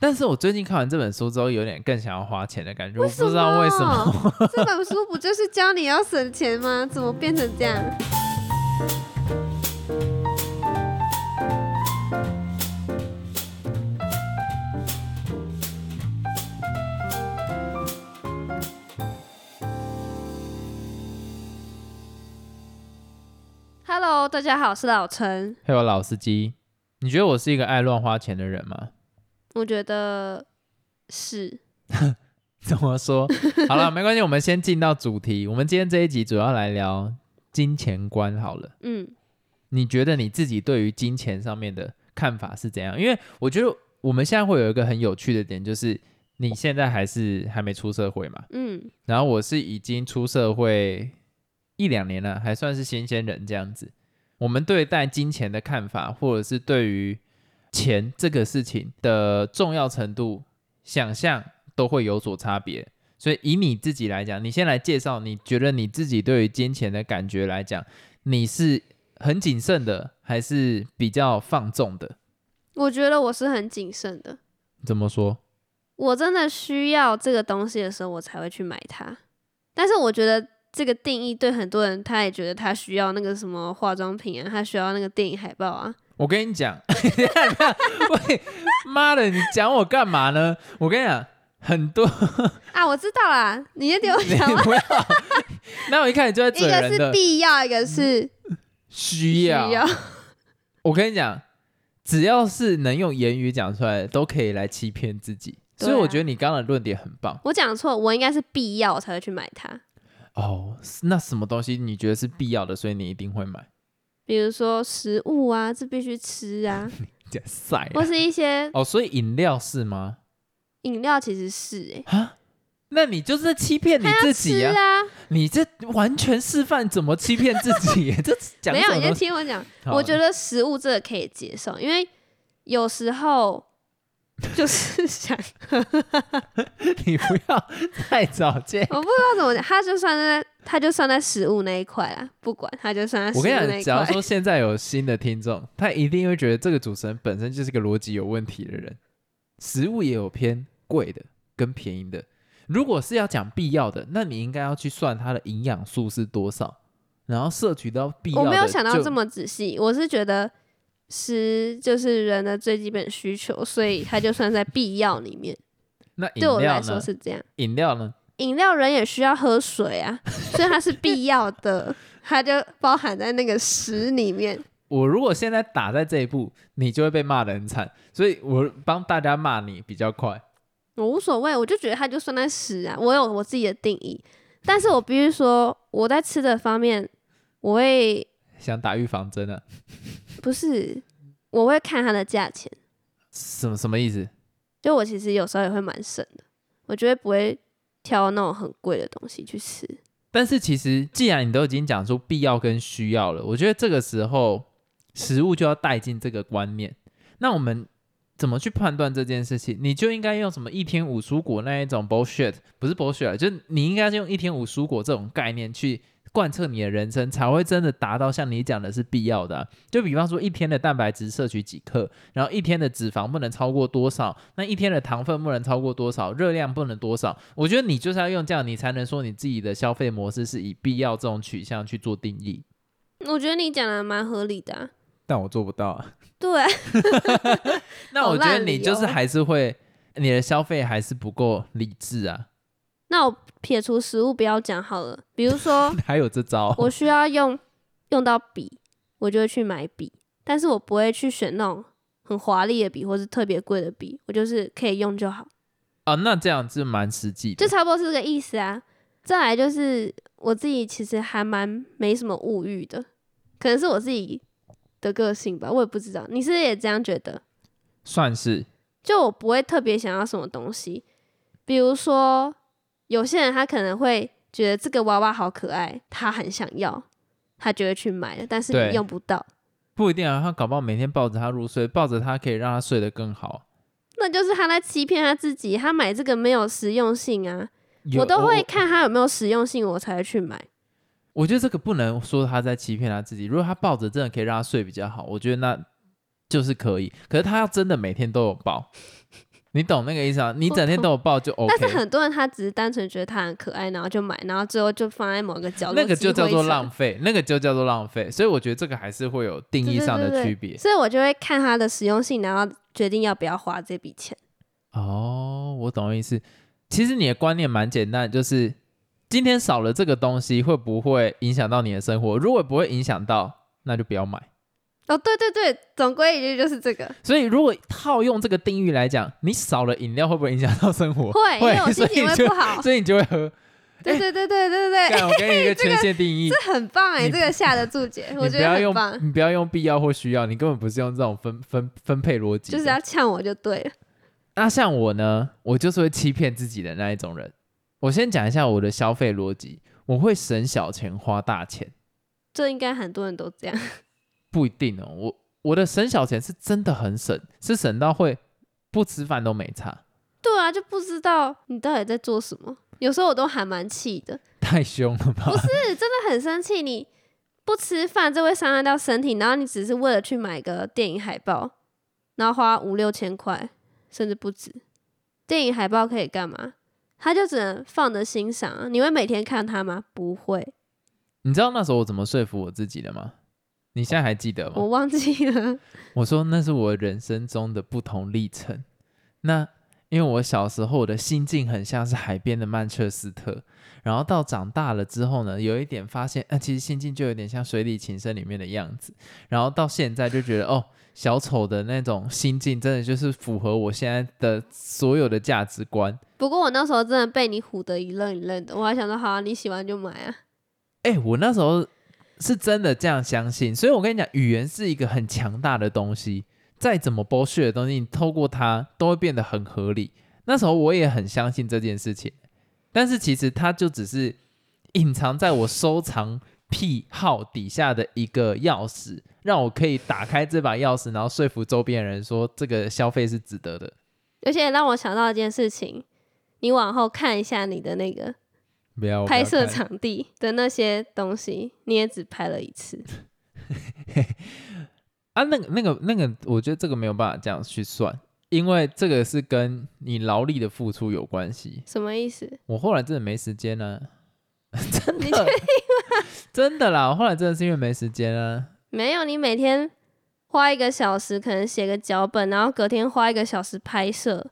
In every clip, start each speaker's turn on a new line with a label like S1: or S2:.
S1: 但是我最近看完这本书之后，有点更想要花钱的感觉，我
S2: 为什
S1: 不知道为什么。
S2: 么？ 这本书不就是教你要省钱吗？怎么变成这样？Hello，大家好，我是老陈。
S1: 还有老司机，你觉得我是一个爱乱花钱的人吗？
S2: 我觉得是
S1: 怎么说？好 了，没关系，我们先进到主题。我们今天这一集主要来聊金钱观好了。
S2: 嗯，
S1: 你觉得你自己对于金钱上面的看法是怎样？因为我觉得我们现在会有一个很有趣的点，就是你现在还是还没出社会嘛，
S2: 嗯
S1: 然后我是已经出社会一两年了，还算是新鲜人这样子。我们对待金钱的看法，或者是对于钱这个事情的重要程度、想象都会有所差别。所以以你自己来讲，你先来介绍，你觉得你自己对于金钱的感觉来讲，你是很谨慎的，还是比较放纵的？
S2: 我觉得我是很谨慎的。
S1: 怎么说？
S2: 我真的需要这个东西的时候，我才会去买它。但是我觉得这个定义对很多人，他也觉得他需要那个什么化妆品啊，他需要那个电影海报啊。
S1: 我跟你讲， 你看你看喂，妈的，你讲我干嘛呢？我跟你讲，很多
S2: 啊，我知道啦，你也得我
S1: 你
S2: 想嘛，
S1: 不 要，那我一开始就在
S2: 一
S1: 整
S2: 个
S1: 人
S2: 是
S1: 的
S2: 必要，一个是
S1: 需
S2: 需
S1: 要。
S2: 要。
S1: 我跟你讲，只要是能用言语讲出来的，都可以来欺骗自己。
S2: 对啊
S1: 所以我觉得你刚刚的论点很棒
S2: 我讲错，我应该是必要我才会去买它。
S1: 哦。那什么东西你觉得是必要的，所以你一定会买？
S2: 比如说食物啊，这必须吃 啊，
S1: 假赛啊
S2: 或是一些
S1: 哦，所以饮料是吗？
S2: 饮料，其实是诶、
S1: 啊，那你就是在欺骗你自己
S2: 吃
S1: 呀、
S2: 啊，
S1: 你这完全示范怎么欺骗自 己、这讲
S2: 没
S1: 什
S2: 有，
S1: 么
S2: 你先
S1: 东西？
S2: 听我讲。
S1: 好
S2: 我觉得食物这个可以接受，因为有时 候就是想，
S1: 你不要太早见。
S2: 我不知道怎么讲，它就算在它就算在食物那一块啦，不管它就算在食
S1: 我
S2: 物
S1: 跟
S2: 那
S1: 你讲，
S2: 一
S1: 只要
S2: 块。
S1: 说现在有新的听众，他一定会觉得这个主持人本身就是个逻辑有问题的人。食物也有偏贵的跟便宜的，如果是要讲必要的，那你应该要去算它的营养素是多少，然后摄取到必要
S2: 我
S1: 的。
S2: 没有想到
S1: 就
S2: 这么仔细，我是觉得吃就是人的最基本需求，所以它就算在必要 里面。
S1: 那饮
S2: 对我
S1: 料
S2: 来说
S1: 呢？
S2: 是这样，
S1: 饮料呢？
S2: 饮料人也需要喝水啊，所以它是必要的，它就包含在那个食里面。
S1: 我如果现在打在这一步，你就会被骂得很惨，所以我帮大家骂你比较快。
S2: 我无所谓，我就觉得它就算在十啊，我有我自己的定义。但是我必须说，我在吃的方面，我会
S1: 想打预防针啊？
S2: 不是，我会看它的价钱。
S1: 什么什么意思？
S2: 就我其实有时候也会蛮省的，我绝对不会挑那种很贵的东西去吃。
S1: 但是其实，既然你都已经讲出必要跟需要了，我觉得这个时候食物就要带进这个观念。那我们怎么去判断这件事情？你就应该用什么一天五蔬果那一种 bullshit，不是 bullshit，啊就是你应该是用一天五蔬果这种概念去贯彻你的人生，才会真的达到像你讲的是必要的啊、就比方说，一天的蛋白质摄取几克，然后一天的脂肪不能超过多少，那一天的糖分不能超过多少，热量不能多少。我觉得你就是要用这样，你才能说你自己的消费模式是以必要这种取向去做定义。
S2: 我觉得你讲的蛮合理的、啊，
S1: 但我做不到、啊。
S2: 对，
S1: 那
S2: 好
S1: 我觉得
S2: 烂哦
S1: 你
S2: 理
S1: 就
S2: 由
S1: 是还是会，你的消费还是不够理智啊。
S2: 那我撇除食物不要讲好了，比如说
S1: 还有这招，
S2: 我需要用用到笔，我就会去买笔，但是我不会去选那种很华丽的笔或是特别贵的笔，我就是可以用就好，
S1: 啊，那这样是蛮实际的
S2: 就。差不多是这个意思啊。再来就是我自己其实还蛮没什么物欲的，可能是我自己的个性吧，我也不知道，你是不是也这样觉得？
S1: 算是
S2: 就我不会特别想要什么东西，比如说有些人他可能会觉得这个娃娃好可爱，他很想要，他就会去买了，但是
S1: 对
S2: 你用不到。
S1: 不一定啊，他搞不好每天抱着他入睡，抱着他可以让他睡得更好。
S2: 那就是他在欺骗他自己，他买这个没有实用性啊。
S1: 有
S2: 我都会看他有没有实用性，我才会去买。
S1: 我觉得这个不能说他在欺骗他自己。如果他抱着真的可以让他睡比较好，我觉得那就是可以。可是他要真的每天都有抱，你懂那个意思啊？你整天都有抱就 OK，
S2: 但是很多人他只是单纯觉得它很可爱，然后就买，然后最后就放在某个角落，
S1: 那个就叫做浪
S2: 费。
S1: 费，那个就叫做浪费。所以我觉得这个还是会有定义
S2: 对对
S1: 上的
S2: 对
S1: 区别。
S2: 所以我就会看它的实用性，然后决定要不要花这笔钱。
S1: 哦，我懂意思。其实你的观念蛮简单，就是今天少了这个东西会不会影响到你的生活？如果不会影响到，那就不要买。
S2: 哦，对对对，总归一句就是这个。
S1: 所以如果套用这个定义来讲，你少了饮料会不会影响到生活？
S2: 会，因为我
S1: 所以
S2: 心情
S1: 你
S2: 会
S1: 就
S2: 不好。
S1: 所以你就会喝。
S2: 对对对对对 对对，
S1: 干，我给你一个权限定义，
S2: 这很棒哎，
S1: 你
S2: 这个下的注解，我
S1: 你
S2: 觉
S1: 不
S2: 得
S1: 要
S2: 很
S1: 用
S2: 棒，
S1: 你不要用必要或需要，你根本不是用这种分分分配逻辑的。
S2: 就是要呛我就对了。
S1: 那像我呢，我就是会欺骗自己的那一种人。我先讲一下我的消费逻辑，我会省小钱花大钱，
S2: 这应该很多人都这样。
S1: 不一定哦。我我的省小钱是真的很省，是省到会不吃饭都没差，
S2: 对啊，就不知道你到底在做什么。有时候我都还蛮气的，
S1: 太凶了吧？
S2: 不是真的很生气，你不吃饭这会伤害到身体，然后你只是为了去买个电影海报，然后花五六千块，甚至不止。电影海报可以干嘛？它就只能放着欣赏啊。你会每天看它吗？不会，
S1: 你知道那时候我怎么说服我自己的吗？你现在还记得吗？
S2: 我忘记了。
S1: 我说那是我人生中的不同历程。那因为我小时候我的心境很像是海边的曼彻斯特，然后到长大了之后呢，有一点发现，啊，其实心境就有点像《水里情深》里面的样子。然后到现在就觉得，哦，小丑的那种心境真的就是符合我现在的所有的价值观。
S2: 不过我那时候真的被你唬得一愣一愣的，我还想说，好、啊，你喜欢就买啊。
S1: 哎，我那时候是真的这样相信，所以我跟你讲，语言是一个很强大的东西，再怎么剥削的东西，你透过它都会变得很合理。那时候我也很相信这件事情，但是其实它就只是隐藏在我收藏癖好底下的一个钥匙，让我可以打开这把钥匙，然后说服周边人说这个消费是值得的。
S2: 而且让我想到一件事情，你往后看一下你的那个
S1: 不要我不要
S2: 拍摄
S1: 看
S2: 场地的那些东西，你也只拍了一次。
S1: 啊，那个、那个、那个，我觉得这个没有办法这样去算，因为这个是跟你劳力的付出有关系。
S2: 什么意思？
S1: 我后来真的没时间了、 真
S2: 你
S1: 的， 真的啦，我后来真的是因为没时间啊。
S2: 没有，你每天花一个小时，可能写个脚本，然后隔天花一个小时拍摄，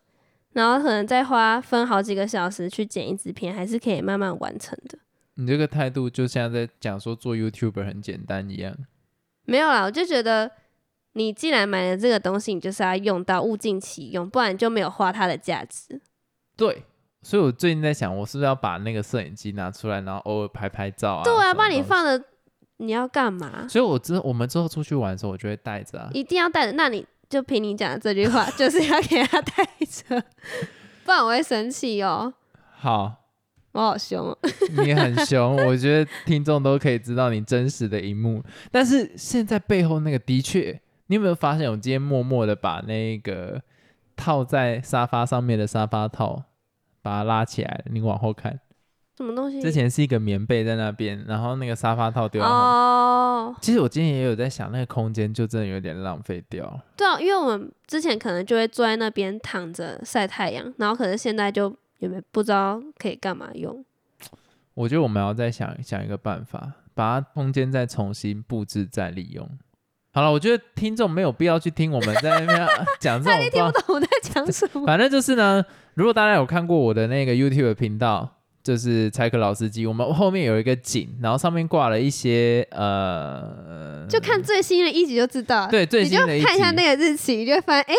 S2: 然后可能再花分好几个小时去剪一支片，还是可以慢慢完成的。
S1: 你这个态度就像在讲说做 YouTuber 很简单一样。
S2: 没有啦，我就觉得你既然买了这个东西，你就是要用到，物尽其用，不然你就没有花它的价值。
S1: 对，所以我最近在想，我是不是要把那个摄影机拿出来，然后偶尔拍拍照啊？
S2: 对啊，
S1: 什么
S2: 帮你
S1: 东西。
S2: 放着，你要干嘛？
S1: 所以我之后我们之后出去玩的时候，我就会带着啊。
S2: 一定要带着。那你就凭你讲的这句话，就是要给他带着，不然我会生气哦。
S1: 好，
S2: 我好凶哦，
S1: 你很凶，我觉得听众都可以知道你真实的一幕。但是现在背后那个的确，你有没有发现我今天默默的把那个套在沙发上面的沙发套把它拉起来了？你往后看，
S2: 什么东西？
S1: 之前是一个棉被在那边，然后那个沙发套丢啊在后面。
S2: 哦，
S1: 其实我今天也有在想，那个空间就真的有点浪费掉了。
S2: 对啊，因为我们之前可能就会坐在那边躺着晒太阳，然后可能现在就也没不知道可以干嘛用。
S1: 我觉得我们要再想想一个办法，把它空间再重新布置再利用。好了，我觉得听众没有必要去听我们在那边 讲这
S2: 他
S1: 种
S2: 一定
S1: 不知
S2: 听
S1: 道
S2: 不懂我在讲什 么。
S1: 反正就是呢，如果大家有看过我的那个 YouTube 频道，就是柴可老司机，我们后面有一个景，然后上面挂了一些呃，
S2: 就看最新的一集就知道了，
S1: 对最
S2: 你就
S1: 新的一集
S2: 看一下那个日期，你就会发现，哎、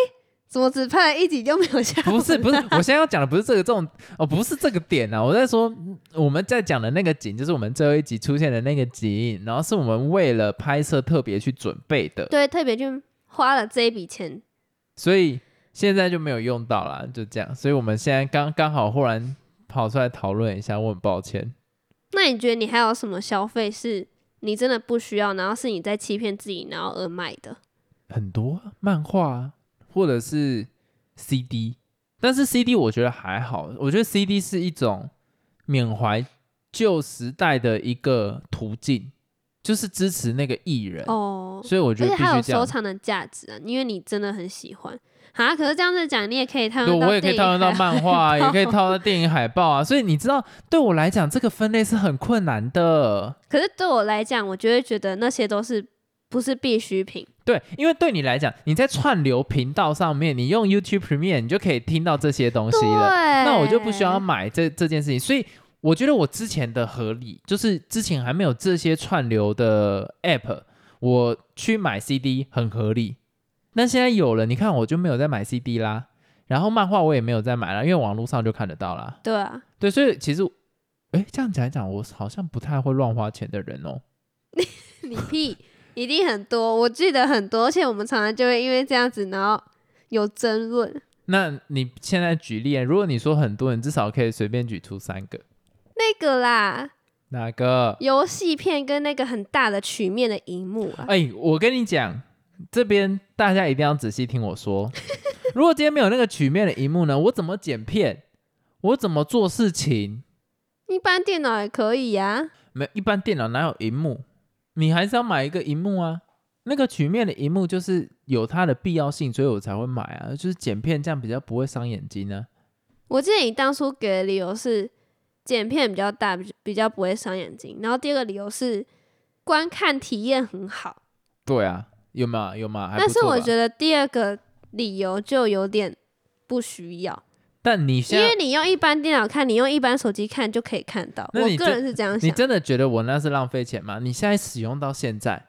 S2: 怎么只拍了一集就没有下文？
S1: 不是不是，我现在要讲的不是这个这种哦，不是这个点啊，我在说嗯我们在讲的那个景，就是我们最后一集出现的那个景，然后是我们为了拍摄特别去准备的，
S2: 对，特别就花了这一笔钱，
S1: 所以现在就没有用到啦，就这样，所以我们现在刚刚好忽然跑出来讨论一下，我很抱歉。
S2: 那你觉得你还有什么消费是你真的不需要，然后是你在欺骗自己，然后而买的？
S1: 很多啊漫画啊或者是 CD，但是 CD 我觉得还好，我觉得 CD 是一种缅怀旧时代的一个途径，就是支持那个艺人，
S2: 哦，
S1: 所以我觉
S2: 而
S1: 得
S2: 且
S1: 必
S2: 还有
S1: 须这
S2: 收
S1: 样。
S2: 藏的价值啊，因为你真的很喜欢。啊，可是这样子讲，你也可以套
S1: 对，
S2: 用到
S1: 我也可以
S2: 电影
S1: 套用到
S2: 海
S1: 漫画啊，也
S2: 报
S1: 可以套到电影海报啊。所以你知道，对我来讲，这个分类是很困难的。
S2: 可是对我来讲，我就会觉得那些都是不是必需品。
S1: 对，因为对你来讲，你在串流频道上面，你用 YouTube Premium，你就可以听到这些东西
S2: 对，
S1: 了。那我就不需
S2: 嗯
S1: 要买这这件事情，所以我觉得我之前的合理，就是之前还没有这些串流的 app，我去买 CD 很合理。那现在有了，你看我就没有再买 CD 啦，然后漫画我也没有再买了，因为网络上就看得到啦。
S2: 对啊，
S1: 对，所以其实，哎，这样讲一讲，我好像不太会乱花钱的人哦。
S2: 你屁一定很多，我记得很多，而且我们常常就会因为这样子，然后有争论。
S1: 那你现在举例，如果你说很多人，至少可以随便举出三个，
S2: 那个啦，
S1: 哪个？
S2: 游戏片跟那个很大的曲面的荧幕啊，
S1: 哎、我跟你讲，这边大家一定要仔细听我说。 如果今天没有那个曲面的荧幕呢，我怎么剪片？我怎么做事情？
S2: 一般电脑也可以呀、
S1: 没，一般电脑哪有荧幕？你还是要买一个荧幕啊。那个曲面的荧幕就是有它的必要性，所以我才会买啊。就是剪片这样比较不会伤眼睛啊呢、
S2: 我记得你当初给的理由是剪片比较大，比比较不会伤眼睛。然后第二个理由是观看体验很好，
S1: 对啊，有嘛有嘛，还不
S2: 但是
S1: 错
S2: 我
S1: 吧
S2: 觉得第二个理由就有点不需要。
S1: 但你现
S2: 因为
S1: 在，
S2: 你用一般电脑看，你用一般手机看就可以看到。
S1: 那
S2: 我
S1: 你
S2: 个
S1: 这
S2: 人是这样
S1: 你
S2: 想，
S1: 真的觉得我那是浪费钱吗？你现在使用到现在，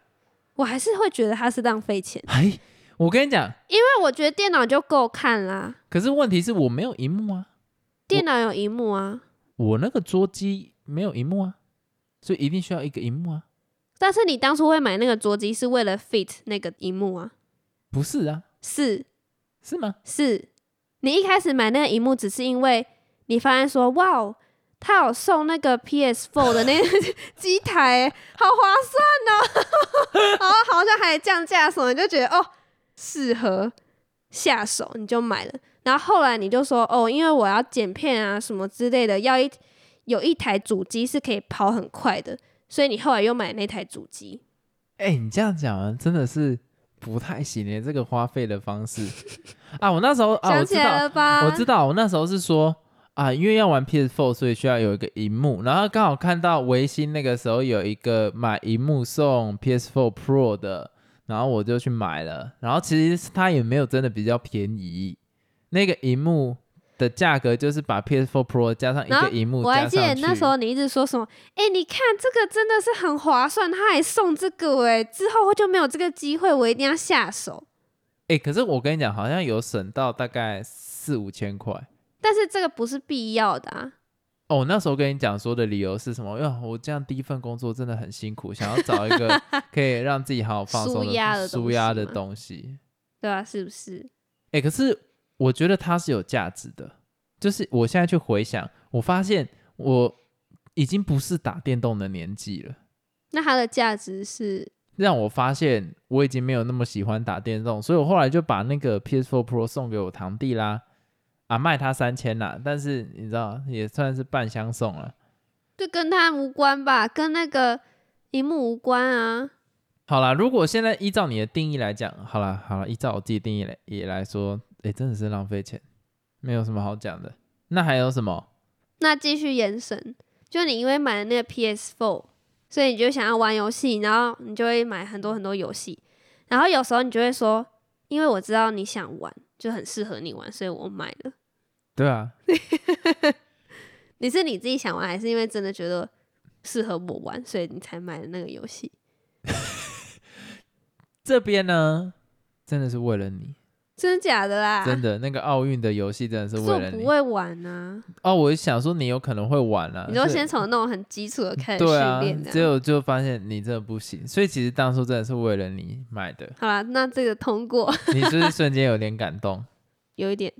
S2: 我还是会觉得它是浪费钱，
S1: 哎，我跟你讲，
S2: 因为我觉得电脑就够看啦，
S1: 可是问题是我没有荧幕啊。
S2: 电脑有荧幕啊，
S1: 我那个桌机没有荧幕啊，所以一定需要一个荧幕啊。
S2: 但是你当初会买那个桌机是为了 fit 那个荧幕啊，
S1: 不是啊，
S2: 是
S1: 是吗？
S2: 是，你一开始买那个荧幕只是因为你发现说，哇哦，他有送那个 PS4 的那个 机台欸，好划算哦，然 后好像还降价什么，你就觉得哦适合下手，你就买了。然后后来你就说，哦，因为我要剪片啊什么之类的，要一有一台主机是可以跑很快的，所以你后来又买那台主机。
S1: 哎、你这样讲啊，真的是不太行耶，这个花费的方式啊。我那时候啊，我
S2: 想
S1: 知
S2: 起
S1: 道
S2: 来，了吧？
S1: 我知道，我那时候是说啊，因为要玩 PS4，所以需要有一个荧幕。然后刚好看到维新那个时候有一个买荧幕送 PS4 Pro 的，然后我就去买了。然后其实它也没有真的比较便宜，那个荧幕的价格就是把 PS4 Pro 加上一
S2: 然后
S1: 个荧幕
S2: 我还
S1: 加上
S2: 记
S1: 去。
S2: 得那时候你一直说什么，哎、你看这个真的是很划算，他还送这个哎、之后就没有这个机会，我一定要下手。
S1: 哎、可是我跟你讲，好像有省到大概四五千块。
S2: 但是这个不是必要的啊，
S1: 哦，我那时候跟你讲说的理由是什么？哟，我这样第一份工作真的很辛苦，想要找一 个可以让自己好好放松
S2: 舒压的东
S1: 舒压
S2: 西
S1: 的
S2: 吗
S1: 东西。
S2: 对吧、是不是？
S1: 哎、可是我觉得它是有价值的，就是我现在去回想，我发现我已经不是打电动的年纪了，
S2: 那它的价值是
S1: 让我发现我已经没有那么喜欢打电动，所以我后来就把那个 PS4 Pro 送给我堂弟啦，啊，卖他三千啦，但是你知道也算是半相送了。
S2: 就跟它无关吧，跟那个荧幕无关啊。
S1: 好啦，如果现在依照你的定义来讲，好啦好啦，依照我自己定义来也来说，诶，真的是浪费钱，没有什么好讲的。那还有什么？
S2: 那继续延伸，就你因为买了那个 PS4，所以你就想要玩游戏，然后你就会买很多很多游戏，然后有时候你就会说，因为我知道你想玩，就很适合你玩，所以我买了。
S1: 对啊，
S2: 你是你自己想玩，还是因为真的觉得适合我玩，所以你才买的那个游戏？
S1: 这边呢，真的是为了你，
S2: 真的假的啦？
S1: 真的那个奥运的游戏真的是
S2: 啊可是
S1: 为
S2: 我
S1: 了
S2: 不
S1: 你。
S2: 会玩啊！
S1: 哦，我想说你有可能会玩啊，
S2: 你说
S1: 是
S2: 先从那种很基础的开始训
S1: 对啊
S2: 练，
S1: 结
S2: 这样。
S1: 果就发现你真的不行，所以其实当初真的是为了你买 的，
S2: 好啦，那这个通过
S1: 你是不是瞬间有点感动？
S2: 有一点，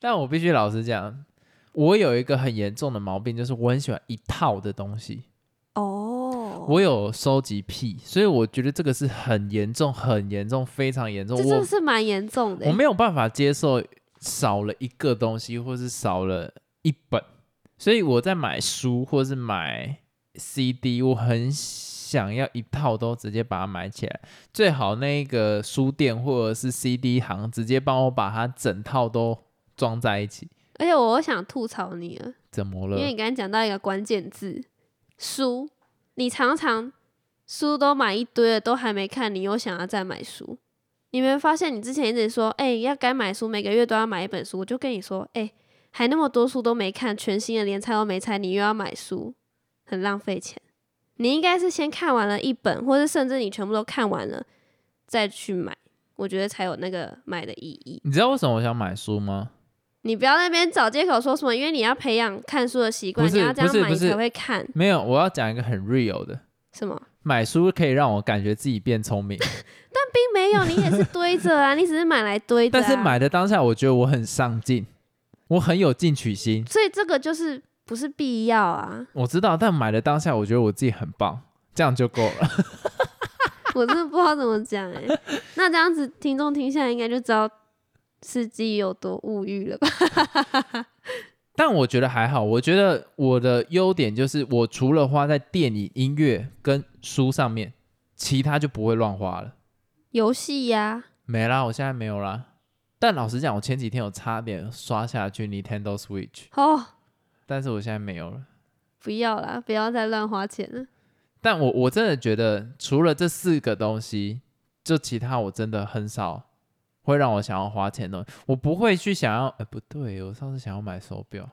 S1: 但我必须老实讲，我有一个很严重的毛病，就是我很喜欢一套的东西。
S2: 哦，
S1: 我有收集癖，所以我觉得这个是很严重、很严重、非常严重。
S2: 这真
S1: 我
S2: 的是蛮严重的
S1: 我
S2: 欸。
S1: 没有办法接受少了一个东西，或是少了一本。所以我在买书或是买 CD，我很想要一套都直接把它买起来，最好那个书店或者是 CD 行直接帮我把它整套都装在一起。
S2: 而且我想吐槽你了，
S1: 怎么
S2: 因为
S1: 了？
S2: 你刚才讲到一个关键字“书”，你常常书都买一堆了，都还没看，你又想要再买书。你没发现你之前一直说，哎、要该买书，每个月都要买一本书。我就跟你说，哎、还那么多书都没看，全新的连拆都没拆，你又要买书，很浪费钱。你应该是先看完了一本，或者甚至你全部都看完了再去买，我觉得才有那个买的意义。
S1: 你知道为什么我想买书吗？
S2: 你不要那边找借口说什么，因为你要培养看书的习惯，
S1: 不是
S2: 你要这
S1: 不
S2: 样
S1: 是
S2: 买
S1: 不
S2: 你
S1: 是
S2: 才会看。
S1: 没有，我要讲一个很 real 的，
S2: 什么，哎
S1: 买书可以让我感觉自己变聪明，
S2: 并没有，你也是堆着啊，你只是买来堆着、啊。
S1: 但是，买的当下，我觉得我很上进，我很有进取心。
S2: 所以这个就是不是必要啊？
S1: 我知道，但买的当下，我觉得我自己很棒，这样就够了。
S2: 我真的不知道怎么讲哎、那这样子，听众听下来应该就知道司机有多物欲了吧？
S1: 但我觉得还好，我觉得我的优点就是，我除了花在电影、音乐跟书上面，其他就不会乱花了。
S2: 游戏呀，
S1: 没啦，我现在没有啦。但老实讲，我前几天有差点刷下去 Nintendo Switch，
S2: 哦，
S1: 但是我现在没有了。
S2: 不要啦，不要再乱花钱了。
S1: 但我我真的觉得，除了这四个东西，就其他我真的很少会让我想要花钱的东西。我不会去想要，哎、不对，我上次想要买手表，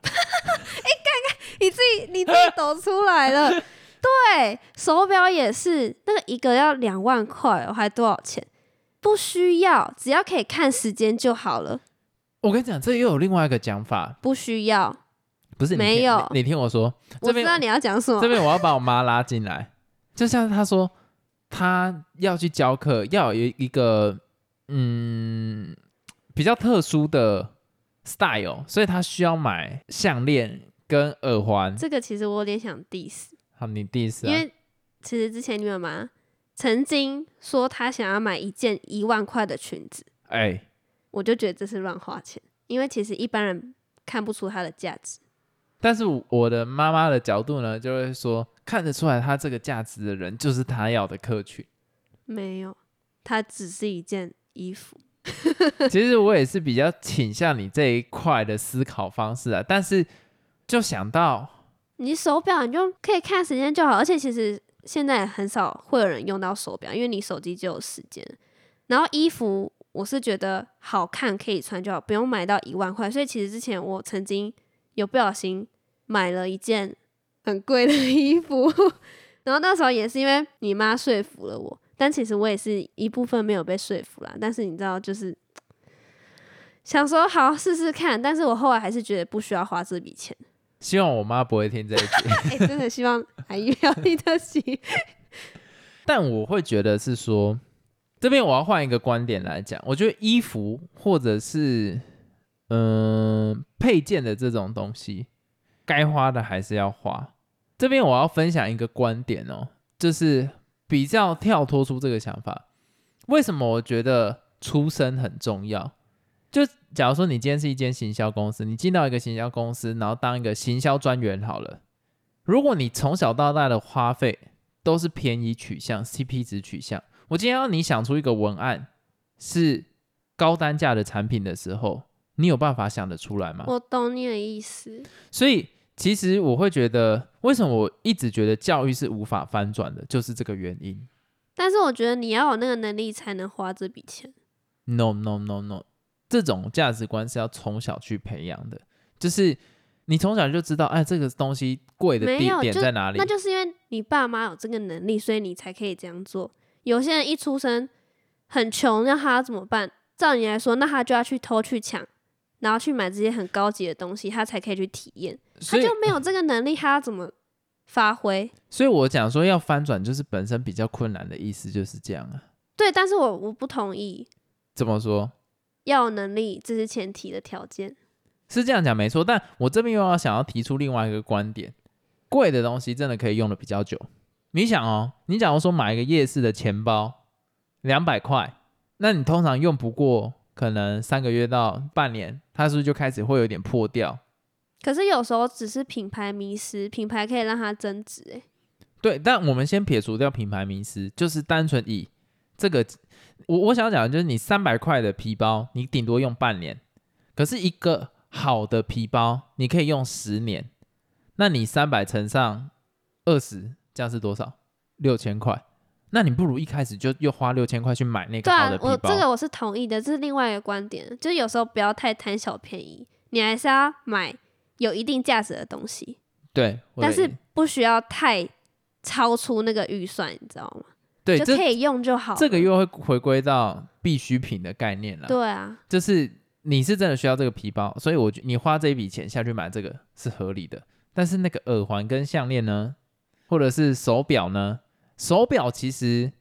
S2: 你自己你自己抖出来了。 对，手表也是，那个一个要两万块哦，还多少钱？不需要，只要可以看时间就好了。
S1: 我跟你讲，这又有另外一个讲法，
S2: 不需要，
S1: 不是你听
S2: 没有
S1: 你你听我说，这
S2: 我知
S1: 边
S2: 道你要讲什
S1: 这
S2: 么。
S1: 边我要把我妈拉进来，就像她说，她要去教课，要有一个嗯比较特殊的 style，所以她需要买项链跟耳环。
S2: 这个其实我有点想 diss，、
S1: 好，你第一次、
S2: 因
S1: 啊，
S2: 为其实之前你们妈曾经说她想要买一件一万块的裙子，
S1: 哎、
S2: 我就觉得这是乱花钱，因为其实一般人看不出它的价值。
S1: 但是我的妈妈的角度呢，就会说看得出来，她这个价值的人就是她要的客群。
S2: 没有，它只是一件衣服。
S1: 其实我也是比较倾向你这一块的思考方式啊，但是就想到
S2: 你手表你就可以看时间就好，而且其实现在很少会有人用到手表，因为你手机就有时间。然后衣服，我是觉得好看可以穿就好，不用买到一万块。所以其实之前我曾经有不小心买了一件很贵的 衣服，然后那时候也是因为你妈说服了我，但其实我也是一部分没有被说服啦。但是你知道，就是想说好试试看，但是我后来还是觉得不需要花这笔钱。
S1: 希望我妈不会听这一集。
S2: 哎、真的希望韩愈要听得起。
S1: 但我会觉得是说，这边我要换一个观点来讲，我觉得衣服或者是嗯、呃配件的这种东西，该花的还是要花。这边我要分享一个观点哦，就是比较跳脱出这个想法。为什么我觉得出身很重要？就假如说你今天是一间行销公司，你进到一个行销公司，然后当一个行销专员好了。如果你从小到大的花费都是便宜取向、CP 值取向。我今天要你想出一个文案是高单价的产品的时候，你有办法想得出来吗？
S2: 我懂你的意思，
S1: 所以其实我会觉得，为什么我一直觉得教育是无法翻转的，就是这个原因。
S2: 但是我觉得你要有那个能力才能花这笔钱。
S1: No no no no，这种价值观是要从小去培养的，就是你从小就知道，哎，这个东西贵的
S2: 没
S1: 地
S2: 有
S1: 点
S2: 就
S1: 在哪里
S2: 那。就是因为你爸妈有这个能力，所以你才可以这样做。有些人一出生很穷，那他要怎么办？照你来说，那他就要去偷去抢，然后去买这些很高级的东西，他才可以去体验。
S1: 所
S2: 他
S1: 以
S2: 就没有这个能力，他要怎么发挥？
S1: 所以我讲说要翻转，就是本身比较困难的意思就是这样啊。
S2: 对，但是我我不同意，
S1: 怎么说？
S2: 要有能力这是前提的条件。
S1: 是这样讲没错，但我这边又要想要提出另外一个观点：贵的东西真的可以用的比较久。你想哦，你假如说买一个夜市的钱包，两百块，那你通常用不过可能三个月到半年，它是不是就开始会有点破掉？
S2: 可是有时候只是品牌迷失，品牌可以让它增值、欸，
S1: 对，但我们先撇除掉品牌迷失，就是单纯以这个，我我想讲的就是你三百块的皮包，你顶多用半年，可是一个好的皮包你可以用十年，那你三百乘上二十，这样是多少？六千块。那你不如一开始就又花六千块去买那个
S2: 对
S1: 好
S2: 啊
S1: 的，皮
S2: 我
S1: 包。
S2: 这个我是同意的，这是另外一个观点，就是有时候不要太贪小便宜，你还是要买有一定价值的东西，
S1: 对，我的
S2: 但是
S1: 意
S2: 不需要太超出那个预算，你知道吗？
S1: 对
S2: 就
S1: 这
S2: 可以用就好了。
S1: 这个又会回归到必需品的概念了。
S2: 对啊，
S1: 就是你是真的需要这个皮包，所以我觉你花这一笔钱下去买这个是合理的。但是那个耳环跟项链呢，或者是手表呢？手表其实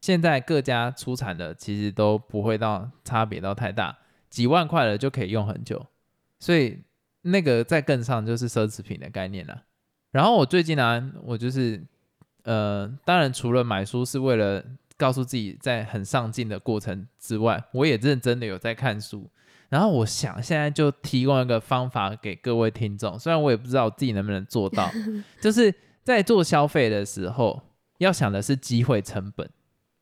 S1: 现在各家出产的其实都不会到差别到太大，几万块了就可以用很久，所以那个再更上就是奢侈品的概念了。然后我最近呢、啊我就是呃，当然除了买书是为了告诉自己在很上进的过程之外，我也认真的有在看书。然后我想现在就提供一个方法给各位听众，虽然我也不知道我自己能不能做到，就是在做消费的时候，要想的是机会成本，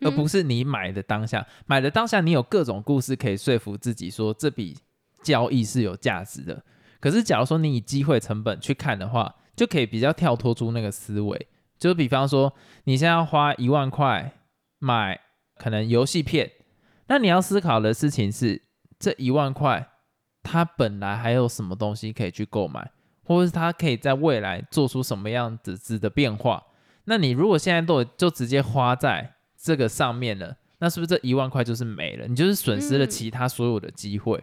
S1: 而不
S2: 嗯
S1: 是你买的当下。买的当下，你有各种故事可以说服自己说这笔交易是有价值的。可是，假如说你以机会成本去看的话，就可以比较跳脱出那个思维。就比方说，你现在要花一万块买可能游戏片，那你要思考的事情是，这一万块它本来还有什么东西可以去购买，或者是它可以在未来做出什么样子子的变化？那你如果现在都就直接花在这个上面了，那是不是这一万块就是没了？你就是损失了
S2: 嗯
S1: 其他所有的机会。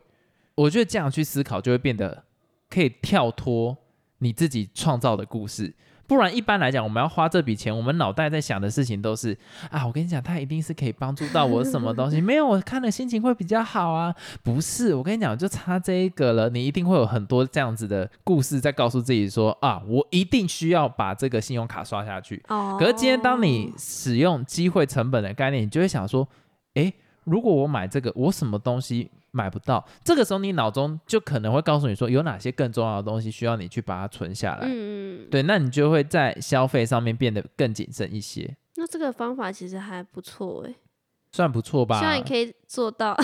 S1: 我觉得这样去思考就会变得可以跳脱你自己创造的故事。不然，一般来讲，我们要花这笔钱，我们脑袋在想的事情都是啊，我跟你讲，它一定是可以帮助到我什么东西。没有，我看了心情会比较好啊。不是，我跟你讲，就差这一个了，你一定会有很多这样子的故事在告诉自己说啊，我一定需要把这个信用卡刷下去。
S2: 哦。
S1: 可是今天当你使用机会成本的概念，你就会想说，诶，如果我买这个，我什么东西买不到？这个时候你脑中就可能会告诉你说，有哪些更重要的东西需要你去把它存下来。
S2: 嗯，嗯，嗯
S1: 对，那你就会在消费上面变得更谨慎一些，
S2: 那这个方法其实还不错哎、
S1: 算不错吧？
S2: 希望你可以做到。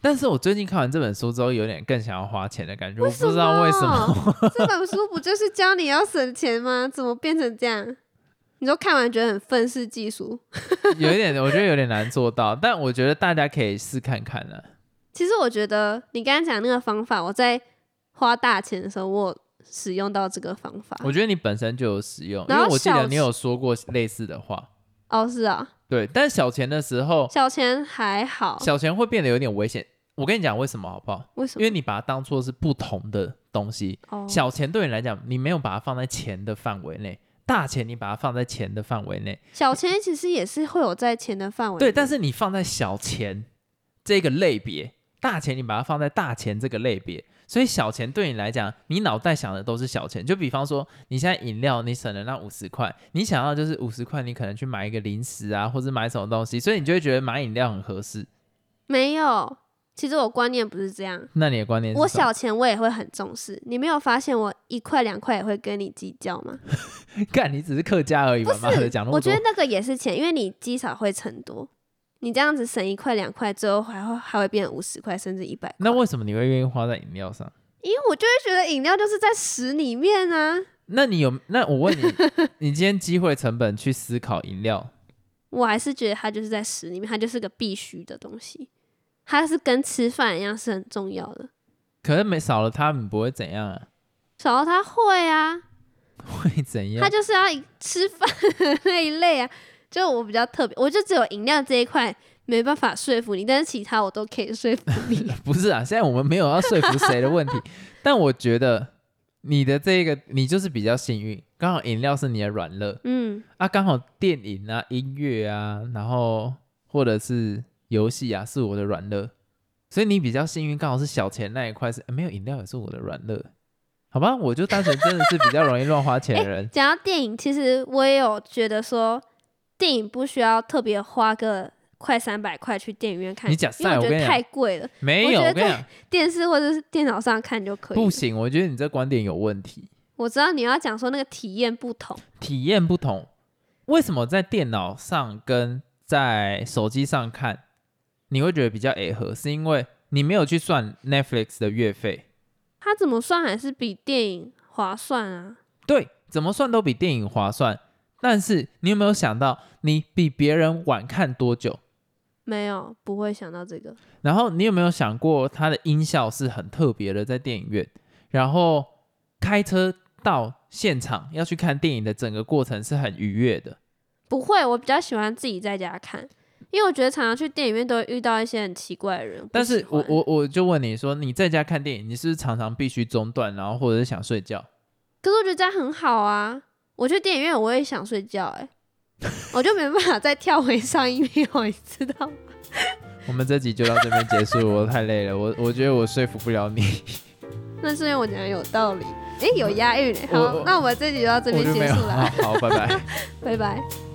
S1: 但是我最近看完这本书之后，有点更想要花钱的感觉，我
S2: 为
S1: 不
S2: 什么
S1: 知道为什么。
S2: 这本书不就是教你要省钱吗？怎么变成这样？你说看完觉得很愤世嫉俗。
S1: 有一点，我觉得有点难做到，但我觉得大家可以试看看啊呢、
S2: 其实我觉得你刚刚讲那个方法，我在花大钱的时候，我有使用到这个方法。
S1: 我觉得你本身就有使用，因
S2: 啊然后
S1: 为我记
S2: 小
S1: 得你有说过类似的话。
S2: 哦，是啊，
S1: 对，但小钱的时候，
S2: 小钱还好，
S1: 小钱会变得有点危险。我跟你讲为什么好不好？
S2: 为什
S1: 因
S2: 么？
S1: 为你把它当做是不同的东西。
S2: 哦，
S1: 小钱对你来讲，你没有把它放在钱的范围内；大钱你把它放在钱的范围内。
S2: 小钱其实也是会有在钱的范围内。
S1: 对，但是你放在小钱这个类别，大钱你把它放在大钱这个类别，所以小钱对你来讲，你脑袋想的都是小钱。就比方说，你现在饮料你省了那五十块，你想要就是五十块，你可能去买一个零食啊，或者买什么东西，所以你就会觉得买饮料很合适。
S2: 没有。其实我观念不是这样，
S1: 那你的观念是
S2: 我
S1: 什么
S2: 小钱我也会很重视。你没有发现我一块两块也会跟你计较吗？
S1: 干，你只是客家而已
S2: 不
S1: 嘛， 妈的
S2: 是
S1: 讲，那
S2: 我
S1: 么
S2: 觉
S1: 多
S2: 得。那个也是钱，因为你积少会成多，你这样子省一块两块，最后还会还会变五十块甚至一百。
S1: 那为什么你会愿意花在饮料上？
S2: 因为我就会觉得饮料就是在屎里面啊，
S1: 那你有？那我 问你，你今天机会成本去思考饮料，
S2: 我还是觉得它就是在屎里面，它就是个必须的东西，它是跟吃饭一样是很重要的。
S1: 可是没少了它，你不会怎样啊？
S2: 少了它会啊，
S1: 会怎样啊
S2: 它？就是要吃饭那一类啊。就我比较特别，我就只有饮料这一块没办法说服你，但是其他我都可以说服你。
S1: 不是啊，现在我们没有要说服谁的 问题，但我觉得你的这个你就是比较幸运，刚好饮料是你的软肋
S2: 嗯，，
S1: 啊，刚好电影啊、音乐啊，然后或者是游戏啊，是我的软肋，所以你比较幸运，刚好是小钱那一块是、呃没有饮料也是我的软肋，好吧，我就单纯真的是比较容易乱花钱的人
S2: 讲到电影，其实我也有觉得说，电影不需要特别花个快三百块去电影院看，
S1: 你假赛
S2: 因为
S1: 我
S2: 我觉
S1: 跟你
S2: 得
S1: 讲
S2: 太贵了，
S1: 没有，
S2: 我觉得
S1: 我跟你讲
S2: 电视或者是电脑上看就可以了。
S1: 不行，我觉得你这观点有问题，
S2: 我知道你要讲说那个体验不同，
S1: 体验不同。为什么在电脑上跟在手机上看，你会觉得比较违和？是因为你没有去算 Netflix 的月费，
S2: 它怎么算还是比电影划算啊？
S1: 对，怎么算都比电影划算。但是你有没有想到，你比别人晚看多久？
S2: 没有，不会想到这个。
S1: 然后你有没有想过，它的音效是很特别的，在电影院，然后开车到现场要去看电影的整个过程是很愉悦的。
S2: 不会，我比较喜欢自己在家看，因为我觉得常常去电影院都会遇到一些很奇怪的人。
S1: 但
S2: 不喜
S1: 是我
S2: 欢
S1: 我我就问你说，你在家看电影，你是不是常常必须中断，然后或者是想睡觉？
S2: 可是我觉得这样很好啊！我去电影院我也想睡觉、 欸，我就没办法再跳回上一秒，你知道吗？
S1: 我们这集就到这边结束，我太累了，我我觉得我说服不了你，
S2: 那是因为我讲得有道理，诶，有押韵、欸。
S1: 我
S2: 好，那我们这集就到这
S1: 我
S2: 边
S1: 就没
S2: 结
S1: 有。
S2: 束了啊
S1: 好，，好拜拜。
S2: 拜拜。